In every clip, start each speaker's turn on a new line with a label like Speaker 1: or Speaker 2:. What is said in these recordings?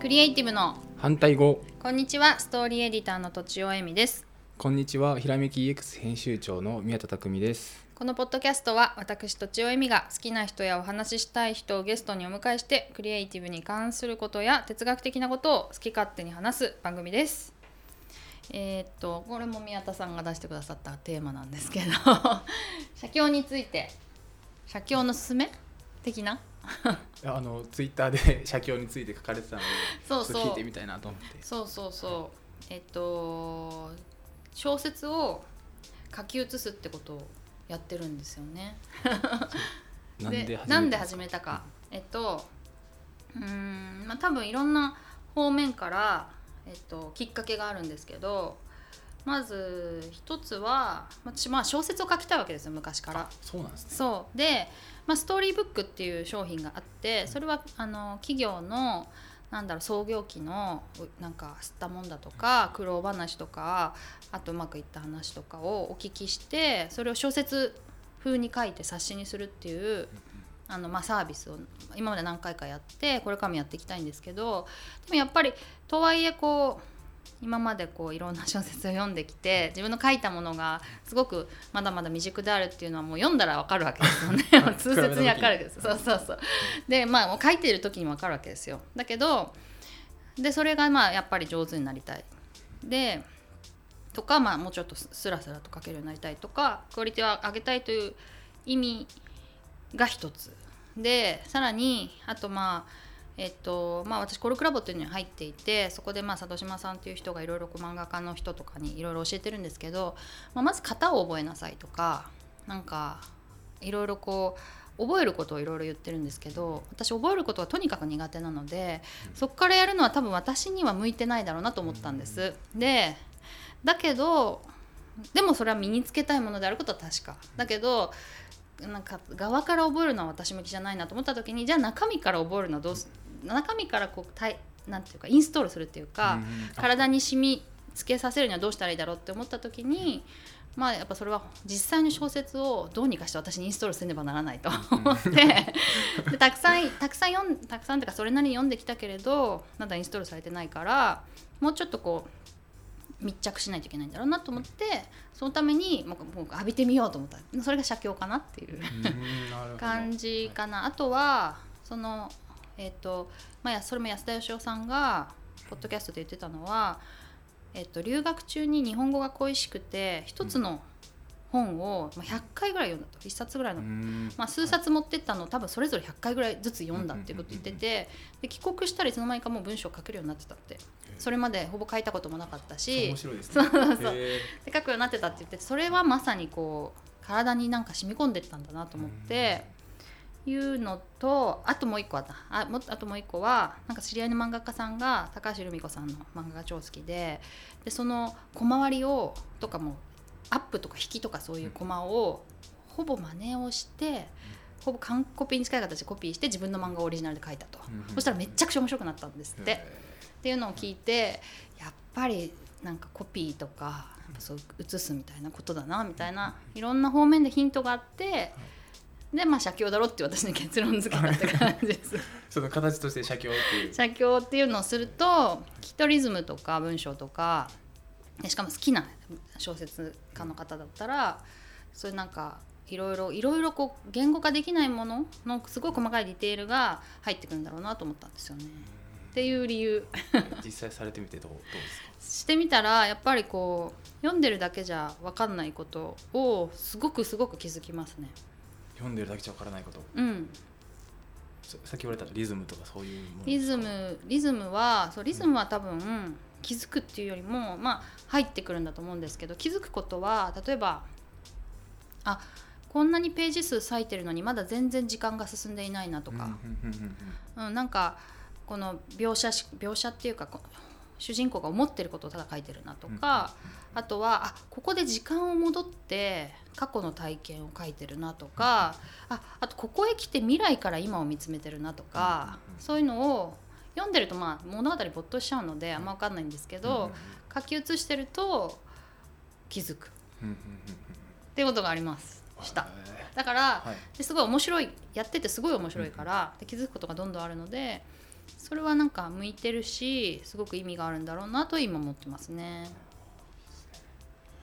Speaker 1: クリエイティブの
Speaker 2: 反対語
Speaker 1: こんにちはストーリーエディターのとちおえみです
Speaker 2: こんにちはひらめき EX 編集長の宮田匠です
Speaker 1: このポッドキャストは私とちおえみが好きな人やお話ししたい人をゲストにお迎えしてクリエイティブに関することや哲学的なことを好き勝手に話す番組ですえーっとこれも宮田さんが出してくださったテーマなんですけ ど写経について写経のすすめ的ない
Speaker 2: やあのツイッターで写経について書かれてたので
Speaker 1: そう
Speaker 2: ちょっと聞
Speaker 1: そ
Speaker 2: いうてみたいなと思って
Speaker 1: そうそうそうえっと小説を書き写すってことをやってるんですよね。
Speaker 2: なんで始めた
Speaker 1: なんで始めたかえっとうーんまあ多分いろんな方面から、えっと、きっかけがあるんですけどまず一つは、まあ私まあ、小説を書きたいわけですよ昔から。
Speaker 2: そうなんですね
Speaker 1: そうで、まあ、ストーリーブックっていう商品があってそれはあの企業のなんだろう創業期のうなんか吸ったもんだとか苦労話とかあとうまくいった話とかをお聞きしてそれを小説風に書いて冊子にするっていうあの、まあ、サービスを今まで何回かやってこれからもやっていきたいんですけどでもやっぱりとはいえこう今までこういろんな小説を読んできて自分の書いたものがすごくまだまだ未熟であるっていうのはもう読んだらわかるわけですよね
Speaker 2: はい
Speaker 1: 通説にわかるわけですそうそうそうでまあもう書いている時にわかるわけですよだけどでそれがまあやっぱり上手になりたいでとか、まあ、もうちょっとススラスラと書けるようになりたいとかクオリティを上げたいという意味が一つでさらにあとまあえっとまあ、私コルクラボっていうのに入っていてそこでまあ里島さんっていう人がいろいろこう漫画家の人とかにいろいろ教えてるんですけど、まあ、まず型を覚えなさいとかなんかいろいろこう覚えることをいろいろ言ってるんですけど私覚えることがとにかく苦手なのでそこからやるのは多分私には向いてないだろうなと思ったんです。でだけどでもそれは身につけたいものであることは確かだけどなんか側から覚えるのは私向きじゃないなと思った時にじゃあ中身から覚えるのはどうす中身からこうたいなんていうかインストールするっていうか、
Speaker 2: うん
Speaker 1: 体に染み付けさせるにはどうしたらいいだろうって思った時にまあやっぱそれは実際の小説をどうにかして私にインストールせねばならないと思ってでたくさんたくさん読んたくさんというかそれなりに読んできたけれどまだインストールされてないからもうちょっとこう密着しないといけないんだろうなと思ってそのためにもうもう浴びてみようと思ったそれが写経かなっていう。
Speaker 2: うんなるほど
Speaker 1: 感じかな、あとはそのえっ、とまあやそれも安田義雄さんがポッドキャストで言ってたのは、えっと留学中に日本語が恋しくて一つの本をまあ100回ぐらい読んだと1冊ぐらいうの、
Speaker 2: ん
Speaker 1: まあ、数冊持ってったのを多分それぞれ100回ぐらいずつ読んだっていうこと言っててで帰国したらいつの間にかもう文章を書けるようになってたってそれまでほぼ書いたこともなかったし
Speaker 2: 面白いですねそうそう
Speaker 1: そうで書くようになってたって言ってそれはまさにこう体になんか染み込んでったんだなと思って。いうのとあともう一個あったあもあともう一個はなんか知り合いの漫画家さんが高橋留美子さんの漫画が超好きででその小回りをとかもアップとか引きとかそういうコマをほぼ真似をしてほぼ完コピに近い形でコピーして自分の漫画をオリジナルで書いたと、
Speaker 2: うん
Speaker 1: そしたらめっちゃくちゃ面白くなったんですって。っていうのを聞いてやっぱりなんかコピーとかやっぱそう写すみたいなことだなみたいないろんな方面でヒントがあってでまあ写経だろって私の結論付けたって感じです
Speaker 2: その形として写経っていう
Speaker 1: 写経っていうのをするとキトリズムとか文章とかでしかも好きな小説家の方だったらそういうなんかいろいろいろいろこう言語化できないもののすごい細かいディテールが入ってくるんだろうなと思ったんですよね。っていう理由
Speaker 2: 実際されてみてどうどうですか
Speaker 1: してみたらやっぱりこう読んでるだけじゃ分かんないことをすごくすごく気づきますね。
Speaker 2: 読んでるだけじゃわからないこと
Speaker 1: うん、
Speaker 2: ささっき言われたリズムとかそういうもの
Speaker 1: リズムリズムはそうリズムは多分気づくっていうよりも、まあ、入ってくるんだと思うんですけど気づくことは例えばあこんなにページ数割いてるのにまだ全然時間が進んでいないなとか、
Speaker 2: うんうんうんうん
Speaker 1: うん、なんかこの描写し描写っていうかこ主人公が思ってることをただ書いてるなとか、あとはあここで時間を戻って過去の体験を書いてるなとか、ああとここへ来て未来から今を見つめてるなとか、
Speaker 2: うんうんうん
Speaker 1: そういうのを読んでるとまあ物語没頭しちゃうのであんま分かんないんですけ
Speaker 2: うんうん
Speaker 1: ど、書き写してると気づくっ
Speaker 2: うんうんうん
Speaker 1: ていうことがあります
Speaker 2: うん
Speaker 1: した。
Speaker 2: は
Speaker 1: だから、
Speaker 2: い
Speaker 1: ですごい面白いやっててすごい面白いから、で気づくことがどんどんあるのでそれはなんか向いてるしすごく意味があるんだろうなと今思ってますね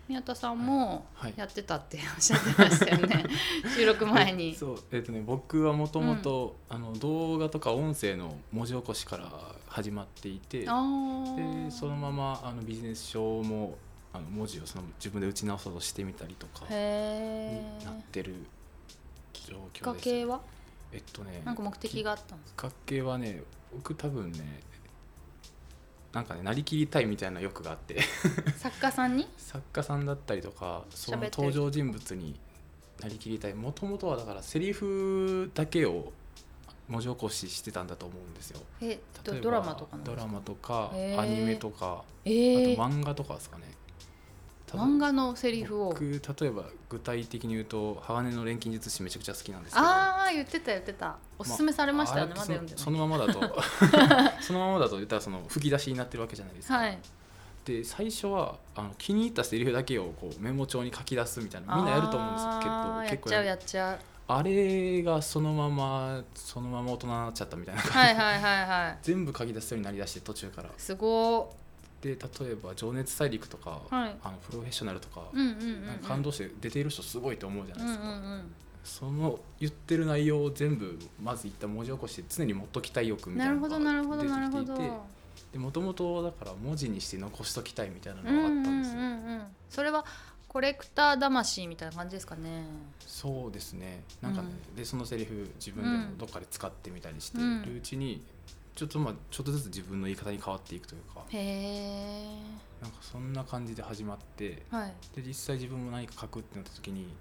Speaker 1: 宮田さんも
Speaker 2: はい
Speaker 1: やってたっておっしゃってましたよね、 収録前に
Speaker 2: そうえっ、とね僕はもともとあの動画とか音声の文字起こしから始まっていてで
Speaker 1: あー
Speaker 2: そのままあのビジネス書もあの文字をその自分で打ち直そうとしてみたりとかに
Speaker 1: へえ
Speaker 2: なってる状
Speaker 1: きっ
Speaker 2: 況
Speaker 1: か
Speaker 2: です、
Speaker 1: けは
Speaker 2: えっとね
Speaker 1: なんか目的があったんです
Speaker 2: きっかけはね僕多分ねなんかねなりきりたいみたいな欲があって
Speaker 1: か作家さんに
Speaker 2: 作家さんだったりとかその
Speaker 1: 喋ってる
Speaker 2: 登場人物になりきりたいもともとはだからセリフだけを文字起こししてたんだと思うんですよ
Speaker 1: え
Speaker 2: 例えば
Speaker 1: ドラマとかの
Speaker 2: ドラマとか
Speaker 1: へー
Speaker 2: アニメとか、
Speaker 1: え
Speaker 2: あ
Speaker 1: ー
Speaker 2: と漫画とかですかね多
Speaker 1: 漫
Speaker 2: 分
Speaker 1: 画のセリフを
Speaker 2: 僕例えば具体的に言うと「鋼の錬金術師」めちゃくちゃ好きなんですけど
Speaker 1: ああ言ってた言ってたおすすめされましたよね、まだ読んで
Speaker 2: そ
Speaker 1: ない
Speaker 2: のそのままだと そのままだと言ったらその吹き出しになってるわけじゃないですか、
Speaker 1: はい
Speaker 2: で最初はあの気に入ったセリフだけをこうメモ帳に書き出すみたいなみんなやると思うんです
Speaker 1: あー
Speaker 2: けど結構やる
Speaker 1: やっちゃうやっちゃう
Speaker 2: あれがそのままそのまま大人になっちゃったみたいな 感じ、
Speaker 1: はいはいはいはい
Speaker 2: 全部書き出すようになりだして途中から
Speaker 1: すご
Speaker 2: で例えば「情熱大陸」とか、
Speaker 1: はい
Speaker 2: あの「プロフェッショナル」とか,、
Speaker 1: ーうんうんうん
Speaker 2: なんか感動して出ている人すごいと思うじゃな
Speaker 1: う
Speaker 2: い
Speaker 1: んう
Speaker 2: で
Speaker 1: ん
Speaker 2: すか、
Speaker 1: うん
Speaker 2: その言ってる内容を全部まず一旦文字起こして常に持っときたい欲みたい
Speaker 1: な
Speaker 2: な
Speaker 1: る
Speaker 2: の
Speaker 1: ほ
Speaker 2: が
Speaker 1: どなるほどなるほ
Speaker 2: 出て
Speaker 1: どう
Speaker 2: きてい
Speaker 1: ん
Speaker 2: てでもともとだから文字にして残しときたいみたいなの
Speaker 1: う
Speaker 2: があっ
Speaker 1: んう
Speaker 2: たん
Speaker 1: ん
Speaker 2: ですよ、
Speaker 1: うんそれはコレクター魂みたいな感じですかね
Speaker 2: そうですねなんかね、でそのセリフ自分でもどっかで使ってみたりして
Speaker 1: うん
Speaker 2: るうちに、ちょっとまあちょっとずつ自分の言い方に変わっていくというか
Speaker 1: へえ
Speaker 2: なんかそんな感じで始まって
Speaker 1: はい
Speaker 2: で実際自分も何か書くってなった時に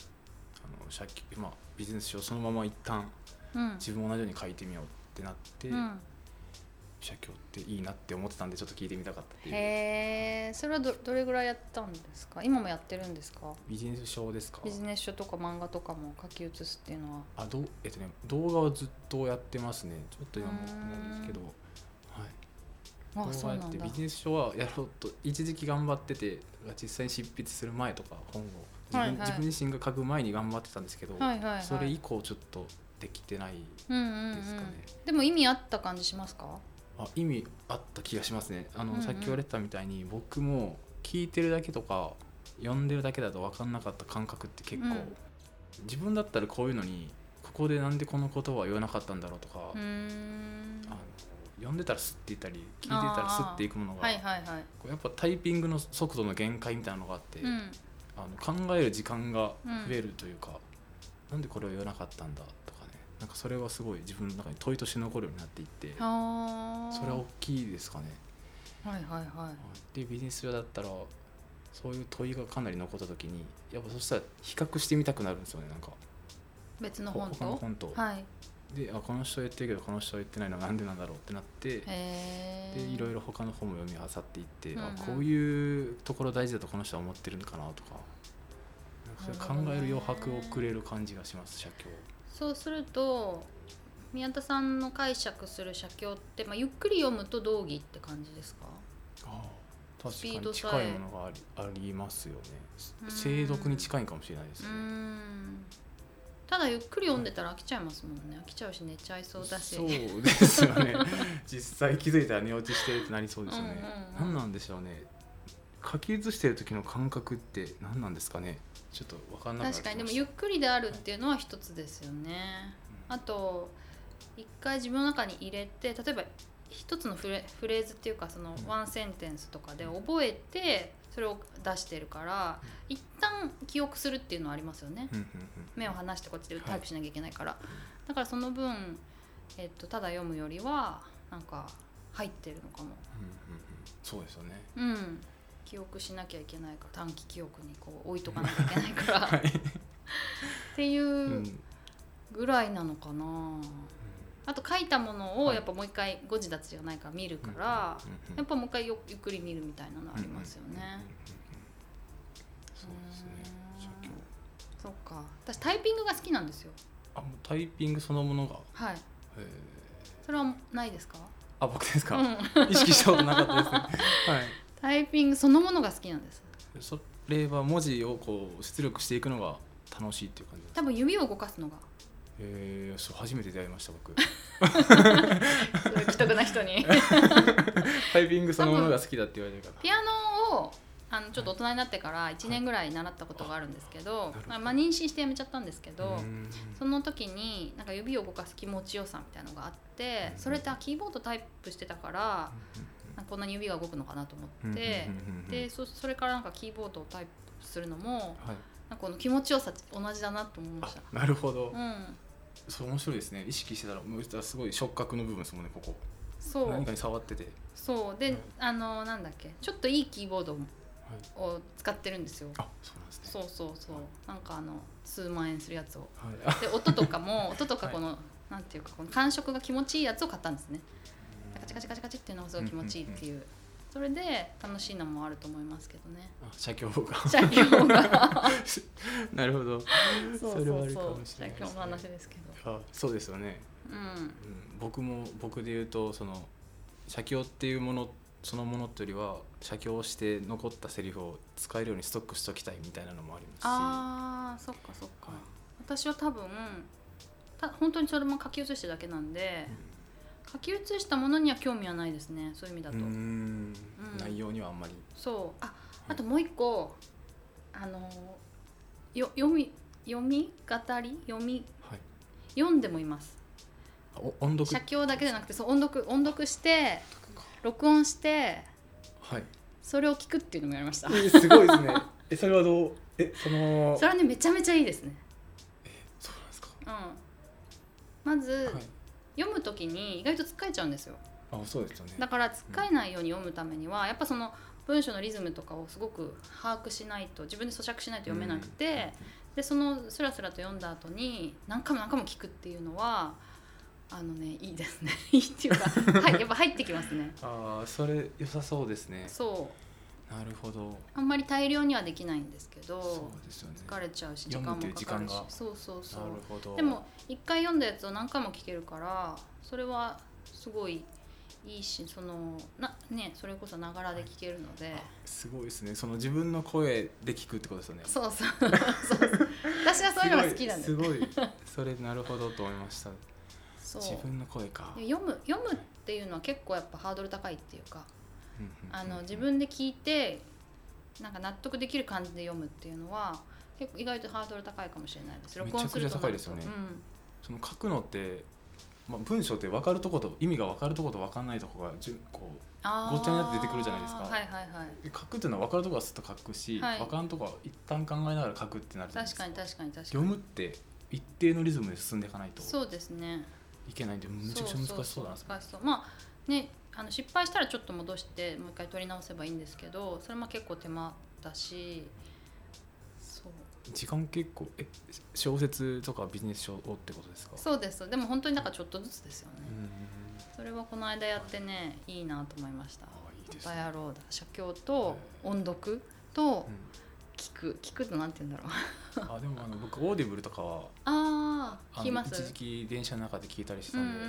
Speaker 2: あのさっき、まあ、ビジネス書をそのまま一旦
Speaker 1: うん
Speaker 2: 自分も同じように書いてみようってなって、
Speaker 1: うん
Speaker 2: 写経っていいなって思ってたんでちょっと聞いてみたかったっていう
Speaker 1: へえそれはどどれぐらいやったんですか今もやってるんですか
Speaker 2: ビジネス書ですか
Speaker 1: ビジネス書とか漫画とかも書き写すっていうのは
Speaker 2: あどうえっとね動画はずっとやってますねちょっと今も
Speaker 1: うーん
Speaker 2: 思うんですけど、はい、
Speaker 1: あ
Speaker 2: 動
Speaker 1: そ
Speaker 2: 画
Speaker 1: う
Speaker 2: や
Speaker 1: な
Speaker 2: っ
Speaker 1: ん
Speaker 2: て
Speaker 1: だ
Speaker 2: ビジネス書はやろうと一時期頑張ってて実際に執筆する前とか本を自分,、
Speaker 1: はいはい
Speaker 2: 自分自身が書く前に頑張ってたんですけど、
Speaker 1: はいはいはい
Speaker 2: それ以降ちょっとできてない
Speaker 1: うんうん、う
Speaker 2: ですかね
Speaker 1: ん、でも意味あった感じしますか
Speaker 2: あ意味あった気がしますねあの、
Speaker 1: うんうん
Speaker 2: さっき言われてたみたいに僕も聞いてるだけとか読んでるだけだと分かんなかった感覚って結構、
Speaker 1: うん
Speaker 2: 自分だったらこういうのにここでなんでこの言葉は言わなかったんだろうとか、
Speaker 1: うーん
Speaker 2: あの読んでたらスッていったり聞いてたらスッていくものが、
Speaker 1: はいはいはい
Speaker 2: こうやっぱタイピングの速度の限界みたいなのがあって、
Speaker 1: うん
Speaker 2: あの考える時間が増えるというか、なんでこれを言わなかったんだとかねなんかそれはすごい自分の中に問いとして残るようになっていって
Speaker 1: あー
Speaker 2: それは大きいですかね。
Speaker 1: はいはいはい
Speaker 2: でビジネス書だったらそういう問いがかなり残った時にやっぱそしたら比較してみたくなるんですよねなんか
Speaker 1: 別の
Speaker 2: ほ
Speaker 1: 本
Speaker 2: 他の
Speaker 1: と
Speaker 2: 本と、
Speaker 1: はい
Speaker 2: であこの人は言ってるけどこの人は言ってないのはなんでなんだろうってなって
Speaker 1: へえ
Speaker 2: でいろいろ他の本も読み漁っていって、
Speaker 1: う
Speaker 2: あ
Speaker 1: んうん
Speaker 2: こういうところ大事だとこの人は思ってるのかなとかなんかそれ考える余白をくれる感じがします写経
Speaker 1: そうすると宮田さんの解釈する写経って、まあ、ゆっくり読むと道義って感じですか
Speaker 2: ああ
Speaker 1: スピー
Speaker 2: 確か
Speaker 1: ド
Speaker 2: に
Speaker 1: さ
Speaker 2: 近
Speaker 1: え
Speaker 2: いものがありありますよね
Speaker 1: うん
Speaker 2: 精読に近いかもしれないです
Speaker 1: う
Speaker 2: ね
Speaker 1: ーんただゆっくり読んでたら飽きちゃいますもんね飽きちゃうし寝ちゃいそうだし
Speaker 2: そうですよ ね実際気づいたら寝落ちしてるってなりそうですよね、
Speaker 1: うんうんうん
Speaker 2: 何なんでしょうね書き写してる時の感覚って何なんですかねちょっと分かんなくなって
Speaker 1: 確か
Speaker 2: きました
Speaker 1: にでもゆっくりであるっていうのは一つですよね、あと一回自分の中に入れて例えば一つのフレフレーズっていうかその
Speaker 2: うん
Speaker 1: ワンセンテンスとかで覚えてそれを出してるから一旦記憶するっていうのはありますよね
Speaker 2: うんうん
Speaker 1: 目を離してこっちで
Speaker 2: はい
Speaker 1: タイプしなきゃいけないから、だからその分、えっと、ただ読むよりはなんか入ってるのかも
Speaker 2: うんうんうんうんそうですよね
Speaker 1: うん記憶しなきゃいけないから短期記憶にこう置いとかなきゃいけないから、
Speaker 2: は
Speaker 1: っ
Speaker 2: い、
Speaker 1: ていううんぐらいなのかなあと書いたものを
Speaker 2: はい
Speaker 1: やっぱもう一回誤字脱字じゃないから見るから、
Speaker 2: うんうん
Speaker 1: やっぱもう一回よゆっくり見るみたいなのありますよね、
Speaker 2: そうですね
Speaker 1: うん
Speaker 2: 写経
Speaker 1: そっか私タイピングが好きなんですよ
Speaker 2: あもうタイピングそのものが
Speaker 1: はい
Speaker 2: えー
Speaker 1: それはないですか
Speaker 2: あ僕ですか、
Speaker 1: うん、
Speaker 2: 意識したことなかったですねはい
Speaker 1: タイピングそのものが好きなんです
Speaker 2: それは文字をこう出力していくのが楽しいっていう感じなんですか
Speaker 1: 多分指を動かすのが
Speaker 2: ええー、そう初めて出会いました僕
Speaker 1: それ奇特な人 に
Speaker 2: タイピングそのものが好きだって言われるから
Speaker 1: ピアノをあのちょっと大人になってから1年ぐらい習ったことがあるんですけど、
Speaker 2: いなるほど
Speaker 1: まあまあ、妊娠してやめちゃったんですけど
Speaker 2: うー、ん
Speaker 1: その時になんか指を動かす気持ちよさみたいなのがあってそれってあキーボードタイプしてたからなんかこんなに指が動くのかなと思って
Speaker 2: うんうんうんうんうん
Speaker 1: でそそれからなんかキーボードをタイプするのも
Speaker 2: はい、
Speaker 1: なんかこの気持ちよさ同じだなと思いま
Speaker 2: あ
Speaker 1: した。
Speaker 2: なるほど、
Speaker 1: うん、
Speaker 2: そう面白いですね意識してたらもうすごい触覚の部分ですもんねここ
Speaker 1: そ
Speaker 2: 何
Speaker 1: う
Speaker 2: かに触ってて
Speaker 1: そうで、
Speaker 2: うん
Speaker 1: あのなんだっけちょっといいキーボードを使ってるんですよ。
Speaker 2: あそうなんですね
Speaker 1: そうそうそうなんかあの数万円するやつを
Speaker 2: はいあ
Speaker 1: で音とかも音とかこの、なんていうかこの感触が気持ちいいやつを買ったんですねカチカチカチカチっていうのがすごい気持ちいいっていう,、それで楽しいのもあると思いますけど ね
Speaker 2: あ写経が
Speaker 1: 社協が
Speaker 2: なるほど
Speaker 1: そ
Speaker 2: そうれ
Speaker 1: そ
Speaker 2: はあ
Speaker 1: う
Speaker 2: るか
Speaker 1: そ
Speaker 2: も
Speaker 1: う
Speaker 2: し
Speaker 1: 社
Speaker 2: れないですね
Speaker 1: 協の話ですけど
Speaker 2: あそうですよね、
Speaker 1: うん
Speaker 2: うん、僕も僕で言うとその写経っていうものそのものというよりは写経をして残ったセリフを使えるようにストックしときたいみたいなのもありますし
Speaker 1: あーそっかそっか、
Speaker 2: はい
Speaker 1: 私は多分た本当にそれも書き写してるだけなんで、書き写したものには興味はないですねそういう意味だ
Speaker 2: う
Speaker 1: と、
Speaker 2: ーん
Speaker 1: うん
Speaker 2: 内容にはあんまり
Speaker 1: そうああともう一個あのよ読み読み語り読み
Speaker 2: はい
Speaker 1: 読んでもいます
Speaker 2: あお音読
Speaker 1: 写経だけじゃなくてそう音読音読して録音して
Speaker 2: はい
Speaker 1: それを聞くっていうのもやりました
Speaker 2: えすごいですねえそれはどうえその
Speaker 1: それはねめちゃめちゃいいですね
Speaker 2: そうなんですか
Speaker 1: うんまず、
Speaker 2: はい
Speaker 1: 読む時に意外と疲れちゃうんですよ
Speaker 2: あそうですよね
Speaker 1: だから使えないように読むためにはやっぱその文章のリズムとかをすごく把握しないと自分で咀嚼しないと読めなくて、でそのスラスラと読んだ後に何回も何回も聞くっていうのはあのねいいですね いいって いうか、はい、やっぱ入ってきますね
Speaker 2: ああそれ良さそうですね
Speaker 1: そう
Speaker 2: なるほど
Speaker 1: あんまり大量にはできないんですけど
Speaker 2: そうですよね
Speaker 1: 疲れちゃうし時
Speaker 2: 読
Speaker 1: 間
Speaker 2: む
Speaker 1: も
Speaker 2: っていう
Speaker 1: かかるし
Speaker 2: 時間が
Speaker 1: そうそうそ
Speaker 2: なる
Speaker 1: う
Speaker 2: ほど
Speaker 1: でも一回読んだやつを何回も聞けるからそれはすごいいいしそのなねそれこそながらで聞けるので。
Speaker 2: すごいですねその自分の声で聞くってことですよね
Speaker 1: そう そうそうそう私はそういうのが好きなんですす
Speaker 2: ごいすごいそれなるほどと思いました
Speaker 1: そう
Speaker 2: 自分の声か
Speaker 1: で読む読むっていうのは結構やっぱハードル高いっていうか
Speaker 2: うんうんうん
Speaker 1: あの自分で聞いてなんか納得できる感じで読むっていうのは結構意外とハードル高いかもしれないです録音するとなると
Speaker 2: めちゃくちゃ高いですよね
Speaker 1: うん
Speaker 2: その書くのってまあ、文章って分かるとこと意味が分かるとこと分かんないとこがじゅこ
Speaker 1: あー
Speaker 2: ごっちゃになって出てくるじゃないですか
Speaker 1: はいはいはい
Speaker 2: 書くっていうのは分かるとこはすっと書くし、
Speaker 1: はい
Speaker 2: 分からんとこは一旦考えながら書くってなるじゃないです
Speaker 1: 確
Speaker 2: か
Speaker 1: かに確かに確か
Speaker 2: 読
Speaker 1: に
Speaker 2: むって一定のリズムで進んでいかないと
Speaker 1: そうですね
Speaker 2: いけないんでめちゃくちゃ難しそうだな
Speaker 1: そ難しそうまあねあの失敗したらちょっと戻してもう一回取り直せばいいんですけどそれも結構手間だしそう
Speaker 2: 時間結構え小説とかビジネス書をってことですか
Speaker 1: そうですでも本当になんかちょっとずつですよね
Speaker 2: う、ん
Speaker 1: それはこの間やってねいいなと思いました
Speaker 2: あいいです
Speaker 1: バ
Speaker 2: ね、
Speaker 1: ヤローだ写経と音読と聞く聞くとなんて言うんだろう
Speaker 2: うんあでもあの僕オーディブルとかは
Speaker 1: ああ
Speaker 2: あ
Speaker 1: 聞き
Speaker 2: の
Speaker 1: ま
Speaker 2: 一時
Speaker 1: す
Speaker 2: 期電車の中で聞いたりして
Speaker 1: う
Speaker 2: た
Speaker 1: んうんん
Speaker 2: で、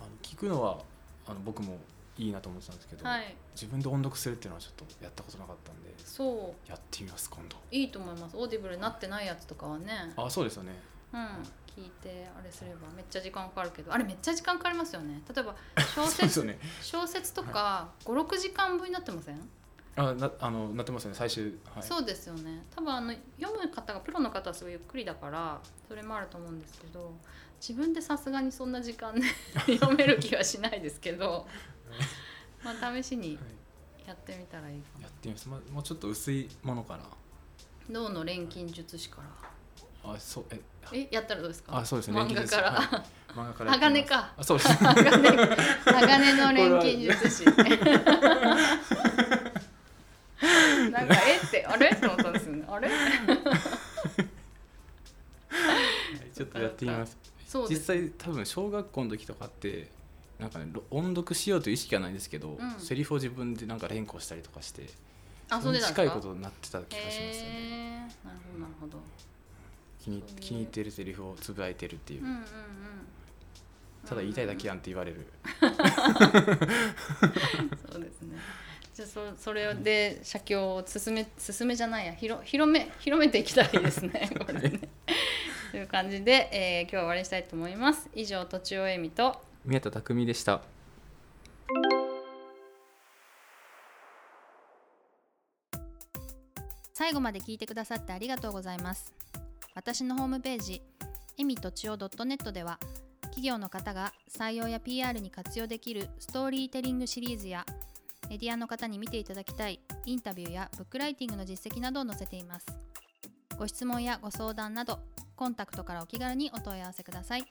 Speaker 2: あの聞くのはあの僕もいいなと思ってたんですけ
Speaker 1: う
Speaker 2: ど、
Speaker 1: んはい
Speaker 2: 自分で音読するっていうのはちょっとやったことなかったんで
Speaker 1: そ
Speaker 2: やってみます今度
Speaker 1: ういいと思いますオーディブルになってないやつとかはね
Speaker 2: あそうですよね
Speaker 1: うん聞いてあれすればめっちゃ時間かかるけどあれめっちゃ時間かかりますよね例え ば小
Speaker 2: そうで
Speaker 1: 説
Speaker 2: すよね
Speaker 1: 小説とか56時間分になってません
Speaker 2: あなあのなってますよね最終はい
Speaker 1: そうですよね多分あの読む方がプロの方はすごいゆっくりだからそれもあると思うんですけど自分でさすがにそんな時間で 読める気はしないですけ どまあ試しに
Speaker 2: はい
Speaker 1: やってみたらいいか
Speaker 2: や
Speaker 1: も
Speaker 2: ってみます、ま、もうちょっと薄いものかな
Speaker 1: 脳の錬金術師から
Speaker 2: あそうえ
Speaker 1: えやったらどうですか
Speaker 2: あそうですね
Speaker 1: 漫
Speaker 2: 錬金
Speaker 1: 画
Speaker 2: 術
Speaker 1: から、
Speaker 2: はい漫画からやってみ
Speaker 1: 鋼
Speaker 2: ます
Speaker 1: か
Speaker 2: あそうです ね
Speaker 1: 鋼鋼の錬金術師なんかえってあれって思ったんですよねあれ
Speaker 2: ちょっとやってみます
Speaker 1: そうで
Speaker 2: 実
Speaker 1: す
Speaker 2: 際多分小学校の時とかってなんかねろ音読しようという意識はないんですけど、
Speaker 1: うん
Speaker 2: セリフを自分でなんか連呼したりとかして
Speaker 1: あ
Speaker 2: そ
Speaker 1: そう
Speaker 2: れ
Speaker 1: で
Speaker 2: に
Speaker 1: す
Speaker 2: 近いことになってた気がしますよね
Speaker 1: へーなるほどなるほど
Speaker 2: 気に
Speaker 1: そういう
Speaker 2: 気に入ってるセリフをつぶやいてるっていう、
Speaker 1: うんうんうん
Speaker 2: ただ言いたいだけやんって言われる、
Speaker 1: そうですねじゃあそそれで写経を進め進めじゃないや広広め広めていきたらいいですねこれねという感じで、えー今日は終わりにしたいと思います以上とちおえみと
Speaker 2: 宮田匠でした
Speaker 1: 最後まで聞いてくださってありがとうございます私のホームページえみとちお .net では企業の方が採用や PR に活用できるストーリーテリングシリーズやメディアの方に見ていただきたいインタビューやブックライティングの実績などを載せていますご質問やご相談などコンタクトからお気軽にお問い合わせください